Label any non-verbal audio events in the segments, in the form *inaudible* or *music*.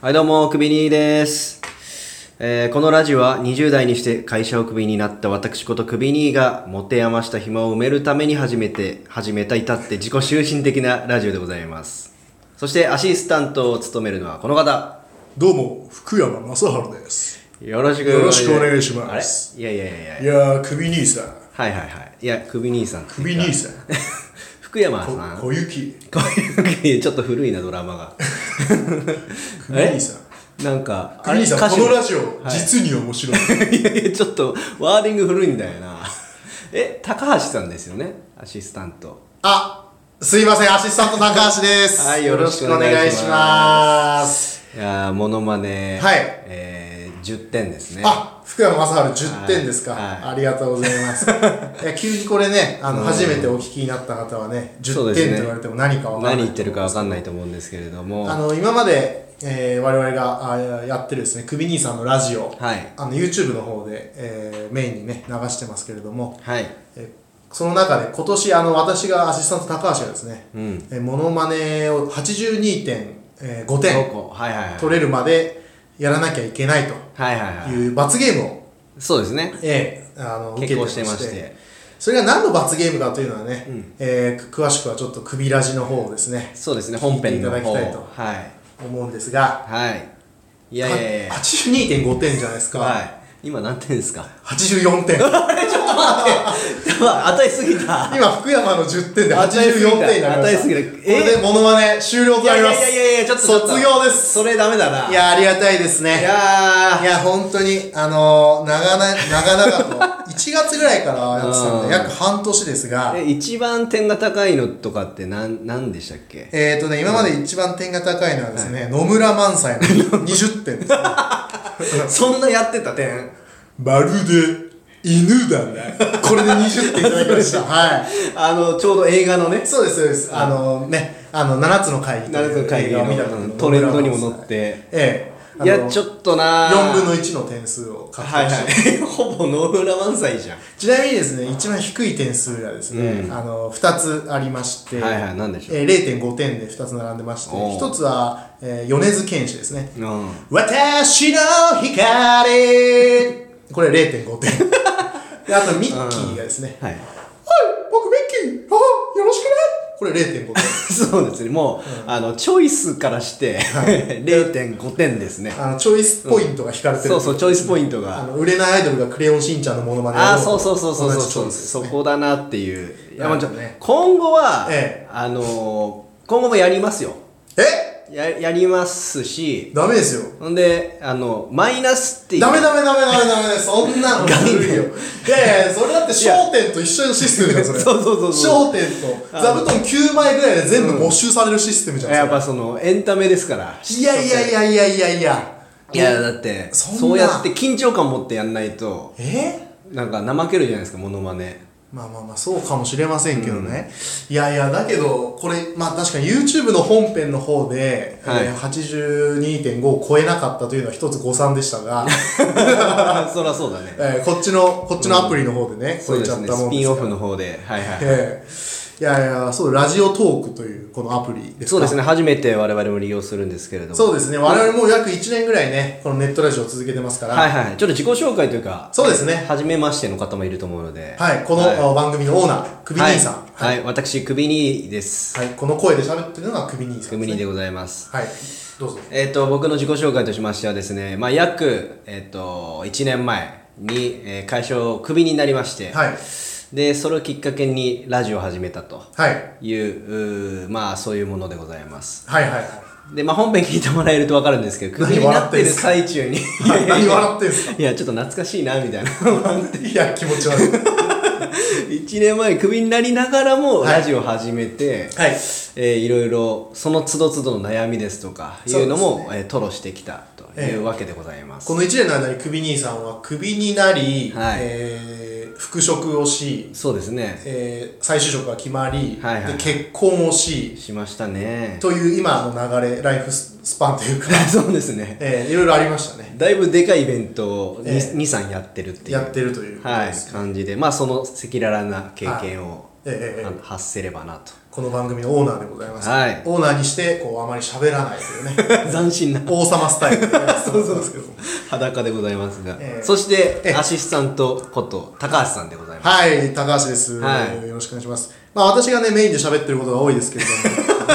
はいどうも、クビニーです。えーこのラジオは20代にして会社をクビになった私ことクビニーが持て余した暇を埋めるために始めて、始めた至って自己中心的なラジオでございます。そしてアシスタントを務めるのはこの方。どうも福山雅治ですよろしくよろしくお願いしますあれいやいやいやいいや。やー首兄さんはいはいはい。いや、クビ兄さん。 *laughs* 首兄さん福山さこん。こ小雪ういう、ちょっと古いな、ドラマ *laughs* が。首兄 *laughs* さんなんか、首兄さん歌こ手のラジオ、はい実に面白い *laughs* いやいやちょっとワーディング古いんだよな *laughs* え高橋さんですよねアシスタント *laughs* あ、すいません、アシスタント高橋です。はいよろしくおよろ願いしまます。いやーモノマネはいえー、10点ですねあ、福山雅治10点ですか、はいはいありがとうござい *laughs* ます。え急にこれね、あの、初めてお聞きになった方はね、そう10です点ねと言われても何かわからない。何言ってるかわかんないと思うんですけれどもあの、今まで、えー我々があやってるですね、首兄さんのラジオ、はいあの、YouTube の方で、えーメインにね、流してますけれども、はいえその中で今年あの私がアシスタント高橋がですね、うんえモノマネを82.5ど点こはいはいはい取れるまでやらなきゃいけないとはいはいはいいう罰ゲームを、そうですねええあの受け結てま構ししててましてそれが何の罰ゲームかというのはね、うんえーく詳しくはちょっと首ラジの方をですねそうですね本編の聞いてい方はただいきたいと思うんですがはいいやいやいやは82.5点じゃないですか、はい今何点ですか *laughs* 84点やばい当たりすぎた今福山の10点で84点になりま与えしすぎたたこえれでモノマネ終了いとなやいりますやいやいやちょっとちょっと卒業ですそれダメだないや、ありがたいですね。いいや、やー本当に、あのー長な、長々と、1月ぐらいからやってたうんんで、約半年ですが、え一番点が高いのとかってなんなんでしたっけえっ、ー、とね、今まで一番点が高いのはですね、野村萬斎の *laughs* 20点ですね。そんなやってた点まるで、犬だね。これで20点いただきました。 *laughs* はい。あのちょうど映画のねそうです、そうです。あのね、あの、7つの会議という7つの会議の映画を見た時トレンドにも乗って。ええいやちょっとな4分の1 1の点数を獲得はいしはてい *laughs* ほぼ野村萬斎じゃんちなみにですね、一番低い点数がですね、うんあの、二つありまして、はいはいなんでしょうえー、0.5点で二つ並んでまして、おう一つは、えー、米津玄師ですね。うん私の光これ0.5点。で、あとミッキーがですね、はいはい、僕ミッキーああよろしくねこれ0.5点。そうですねもう、あのチョイスからして0.5点ですねあの、チョイスポイントが引かれてる。そうそうチョイスポイントがあの、売れないアイドルがクレヨンしんちゃんのモノマネああそうそうそうそう同じチそョうイスですそねこだなっていういやまあちょなるほどね今後は、ええあのー今後もやりますよえややりますしダメですよ。ほんであのマイナスっていうダメダメダメダメダメそんなの古いよいやいやそれだって『焦点と一緒のシステムじゃんそれそうそうそうそう焦点と座布団9枚ぐらいで全部没収されるシステムじゃん、やっぱそのエンタメですからそれいやいやいやいやいやいやいやだってそんなそうやって緊張感持ってやんないとえなんか怠けるじゃないですかモノマネ *laughs* まあまあまあそうかもしれませんけどね、いやいやだけどこれまあ確かに YouTube の本編の方で、はいえー82.5を超えなかったというのは一つ誤算でした *laughs* が、そりゃそうだねえーこっちのこっちのアプリの方でね、そ超うえでちゃすっねたもスんピですンかオらフの方ではいはい、ええいやいや、そう、ラジオトークという、このアプリですかそうですね初めて我々も利用するんですけれどもそうですね。我々もう約1年ぐらいね、このネットラジオを続けてますから、ははいい、はいちょっと自己紹介というかそうですね初めましての方もいると思うのではこの、あ番組のオーナー、クビ兄さん。はい、はい私クビ兄です、はい、この声で喋ってるのがクビ兄さクんビです、兄でね。ございますはい、どうぞ。えっ、と、僕の自己紹介としましてはですね、まあ、約、えっ、と、1年前に、えー会社をクビになりまして、はい。で、それをきっかけにラジオを始めたとはい。いう、うーまあ、そういうものでございます。はいはいはい。で、まあ、本編聞いてもらえるとわかるんですけど、クビに何笑なっっててんるすか最中に、いやいやい *laughs* 何や笑ってんす *laughs* かいや、ちょっと懐かしいな、みたいな。 *laughs* いや、気持ち悪い。 1年前クビになりながらもはいラジオを始めて、はい。えーいろいろその都度都度の悩みですとかいうのもえー吐露、してきたといええうわけでございます、この1年の間にクビ兄さんはクビになり、はいえー、復職をし、そうですねえー、再就職が決まり、はいはいはいで結婚をし、しましたね *laughs* という今の流れ、ライフススパンというか、 *laughs* そうですねえー、いろいろありましたね。だいぶでかいイベントをええ23、やってるっていうやってるということはいですね。感じでまあその赤裸々な経験を、ええええ発せればなと。この番組のオーナーでございます。はいオーナーにして、こう、あまり喋らないというね。 *laughs* 斬新な王様スタイルでございます。そうそうそう。裸でございますが。ええそして、ええアシスタントこと、高橋さんでございます。はい、高橋です、はいよろしくお願いします。まあ、私がね、メインで喋ってることが多いですけれども。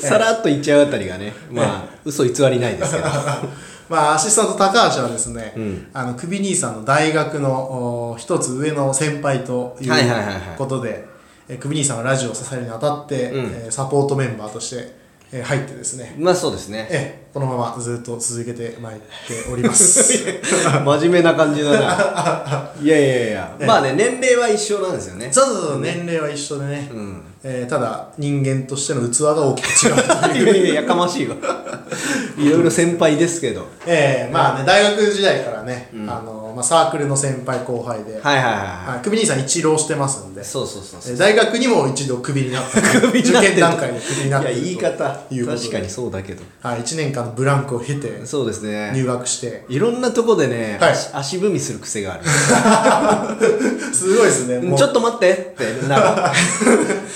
さらっと言っちゃうあたりがね、まあ、嘘偽りないですけ *laughs* ど。まあ、アシスタント高橋はですね、あの、クビ兄さんの大学のお一つ上の先輩といはいはいはいはいうことで、えクビ兄さんがラジオを支えるにあたって、うんえーサポートメンバーとして、えー入ってですね、まあそうですね。ええこのままずっと続けてまいっております。 *laughs* 真面目な感じだ *laughs* な。いやいやいや、まあね、年齢は一緒なんですよね。そうそうそう、年齢は一緒でね、えーただ人間としての器が大きく違うとい *laughs* いやう *laughs* いや、やかましいわ。 *laughs* いろいろ先輩ですけど。ええまあね大学時代からね、あのまあ、サークルの先輩後輩で、はいはいはいははい、クビ兄さん一浪してますんでい。そうそうそうそえう。ー大学にも一度クビになっ *laughs* てクビになってる受験段階でクビにいなっや、てる言い方。ということで確かにそうだけど。はい、1年間のブランクを経てそうですね。入学していろんなとこでね、はい足足踏みする癖がある。すごいです *laughs* ねもうちょっと待ってって、なん *laughs* か、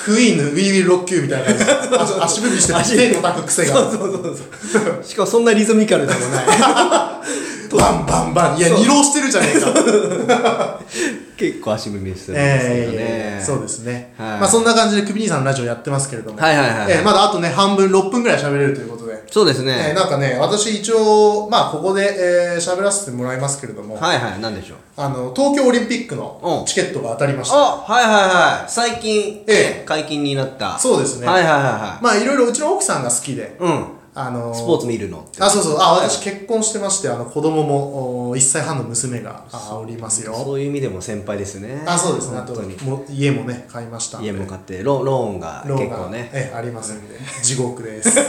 クイーンの「ウィー・ウィル・ロッキュー」みたい *laughs* な感じで足足踏みして手叩く癖があるしかもそんなリズミカルでもない。バンバンバンいやそう二浪してるじゃねえか *laughs* 結構足踏みしてるんですけどね。ええそうですね、はいまあそんな感じでクビ兄さんのラジオやってますけれども、はいはいはいはいええまだあとね半分6分ぐらい喋れるということで、そうですね。ええなんかね私一応まあここでえー喋、らせてもらいますけれども、はいはい、なんでしょう。あの東京オリンピックうのんチケットが当たりました、あ、はいはいはい。最近、ええ解禁になった。そうですねはいはいはまあいろいろうちの奥さんが好きでいはい。うん。あのスポーツ見るのって。あそうそうあ私結婚してましてあの子供もお1歳半の娘があおりますよそういう意味でも先輩ですね。あそうですねあ本と当に。も家もね買いましたんで家も買って、ロローンがロ結ーが構ね。ええありますんで地獄です *laughs* で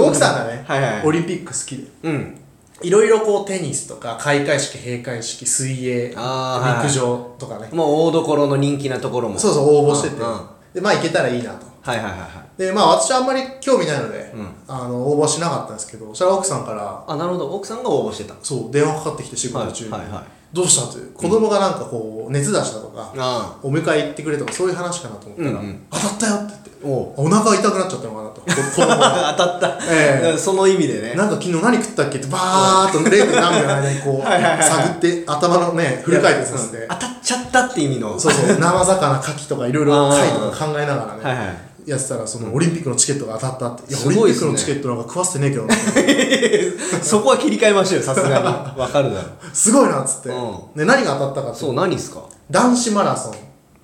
奥さんがね、はいはいはいオリンピック好きでうん。いろいろこうテニスとか開会式閉会式水泳あー陸上とかね、もう大所の人気なところも。そうそう応募してて、うんうんはいでまあ行けたらいいなとはいはいはい。でまあ私はあんまり興味ないので、あの応募はしなかったんですけどそしたら奥さんからあ、なるほど。奥さんが応募してた。そう電話かかってきて仕はい事中に、はいはい。どうしたという子供がなんかこう熱出したとか、あお迎え行ってくれとかそういう話かなと思ったら、うんうん当たったよって言っておうお腹痛くなっちゃったのかなとこ子供があ。 *laughs* 当たった。ええだからその意味でね。なんか昨日何食ったっけってバーっと 0. 何秒の間にこう探って頭のねフル回転させて当たっちゃったって意味の。そうそう生魚牡蠣とかいろいろ貝とか考えながらね、はいはい。やってたらそのオリンピックのチケットが当たったっていやすオリンごいピっッすクねのチケットなんか食わせてねえけどなそこは切り替えましょうよ、さすが *laughs* に。わかるだろ。すごいなっつって、うで何が当たったかってそう、何っすか男子マラソン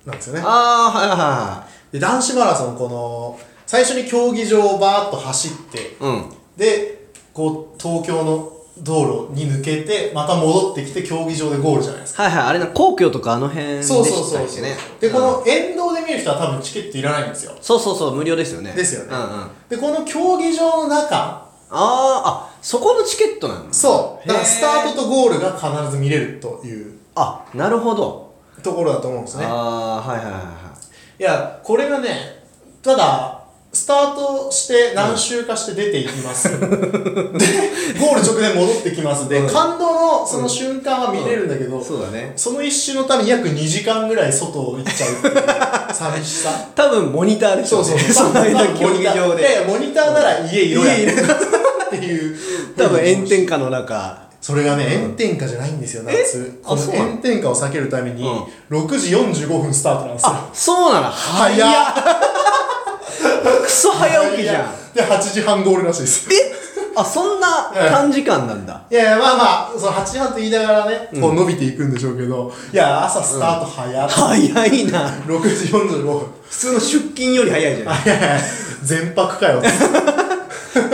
なんですよねああ、はいはいはで男子マラソンこの最初に競技場をバーッと走っていはい。うん。でこう東京の道路に抜けてまた戻ってきて競技場でゴールじゃないですかはいはい、あれな、皇居とかあの辺でしそうそうそたうしそうね。でこうんの沿道で見る人は多分チケットいらないんですよそうそうそう、無料ですよね。ですよねうんうん。あでこの競技場の中あ、あ、そこのチケットなのそうだからへースタートとゴールが必ず見れるというあ、なるほど。ところだと思うんですねああ、はいはいはいはいやこれがねただスタートして何周かして出ていき *laughs* ます、でゴール直前戻ってきますで、うん感動のその瞬間は見れるんだけど、い。そうだね。その一周のために約2時間ぐらい外を行っちゃうっていう寂しさ多分モニターでしょそうね。そう *laughs* その *laughs* 間、モ競ニタ技ー場いで。やいやモニターなら家いろや家いろっていう多分炎天下の中。それがね、炎天下じゃないんですよ夏あこのそうなの炎天下を避けるために、うん6時45分スタートなんですよあ、そうなの早っ。クソ早起きじゃん。で8時半ゴールらしいですえあ、そんな短時間なんだ。いやいやまあまあその8時半と言いながらね、こう伸びていくんでしょうけどいや朝スタート早っ、早いな。 6時45分普通の出勤より早いじゃないいやいや全泊かよ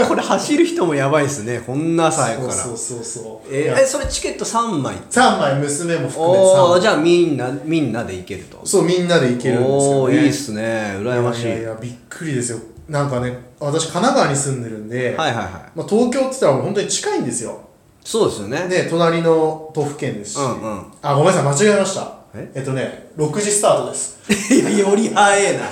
これ走る人もやばいですねこんな朝早くからそうそうそうそうえいやーえそれチケット3枚3枚娘も含めておお3枚じゃあみんなみんなで行けるとそうみんなで行けるんですおよおねーいいっすね羨ましいやいやびっくりですよなんかね私神奈川に住んでるんで、はいはいはいまあ、東京って言ったらもう本当に近いんですよそうですよねね隣の都府県ですし、うんうんあごめんなさい間違えましたえっとね6時スタートですいやより早えな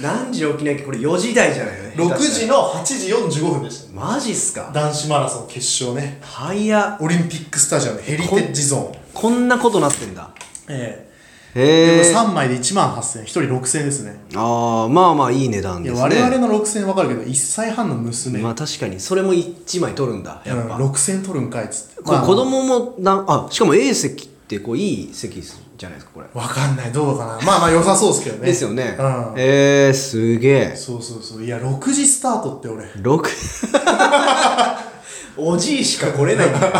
何時起きなきゃこれ4時台じゃないよね6時の8時45分でしたマジっすか男子マラソン決勝ね早っオリンピックスタジアムヘリテッジゾーンこんなことなってんだええでへこえれ3枚で1万8000円1人6000円ですねああまあまあいい値段いでやすね我々の6000円分かるけど1歳半の娘、まあ確かにそれも1枚取るんだやっぱ、うん6000円取るんかいっつって、これ子供もなあしかも A 席ってこういい席じゃないですかこれ、分かんないどうかなまあまあ良さそうですけどねですよね、うんえー、すげえそうそうそういや6時スタートって俺六おじいしか来れ *laughs* ないんだよ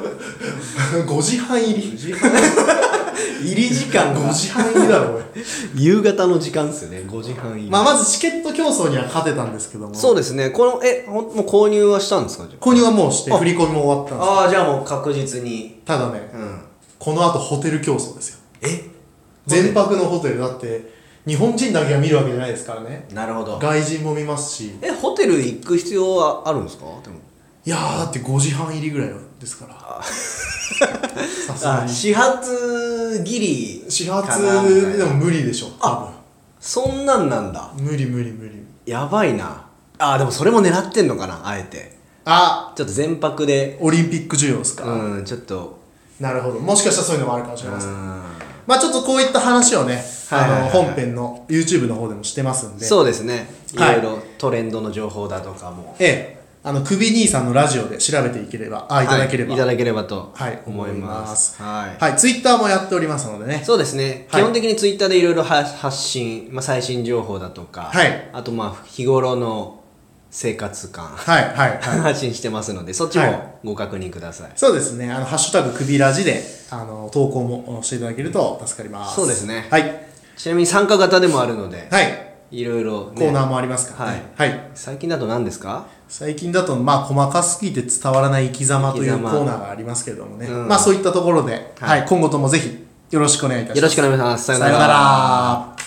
5時半入り入り時間5が時半入りだろ俺 *laughs* 夕方の時間っすよね5時半以内、まあまずチケット競争には勝てたんですけどもそうですねこのえほんもう購入はしたんですかじゃ購入はもうして振り込みも終わったんですああーじゃあもう確実にただねうんこの後ホテル競争ですよえ全泊のホテルだって日本人だけが見るわけじゃないですからねなるほど外人も見ますしえホテル行く必要はあるんですかでもいやーだって5時半入りぐらいですからさす *laughs* があに始発ギリ始かなみたい発なでも無理でしょ多そんなんなんだ分無理無理無理やばいなあーでもそれも狙ってんのかなあえてあちょっと全泊でオリンピック需要ですか、うんちょっとなるほどもしかしたらそういうのもあるかもしれませんうんまあちょっとこういった話をね、はいはいはいあの本編の YouTube の方でもしてますんでそうですねいはいろいろトレンドの情報だとかもええあの首兄さんのラジオで調べていければあいただければ、はい、いはたいだければとはい思います,、思はいツイッターもやっておりますのでねそうですね、はい基本的にツイッターでいろいろは発信、まあ、最新情報だとか、はいあとまあ日頃の生活感、はいはいはい発信してますのでそっちはもいご確認ください、そうですねあのハッシュタグ首ラジであの投稿もしていただけると助かりますそうですねはいちなみに参加型でもあるので、はいい、ろいろ、ね、コーナーもありますから、ねはい、最近だと何ですか最近だとまあ細かすぎて伝わらない生き様という生コき様ーナーがありますけれどもね、うんまあそういったところで、はい今後ともぜひよろしくお願いいたしますよろしくお願いしますさようならさようなら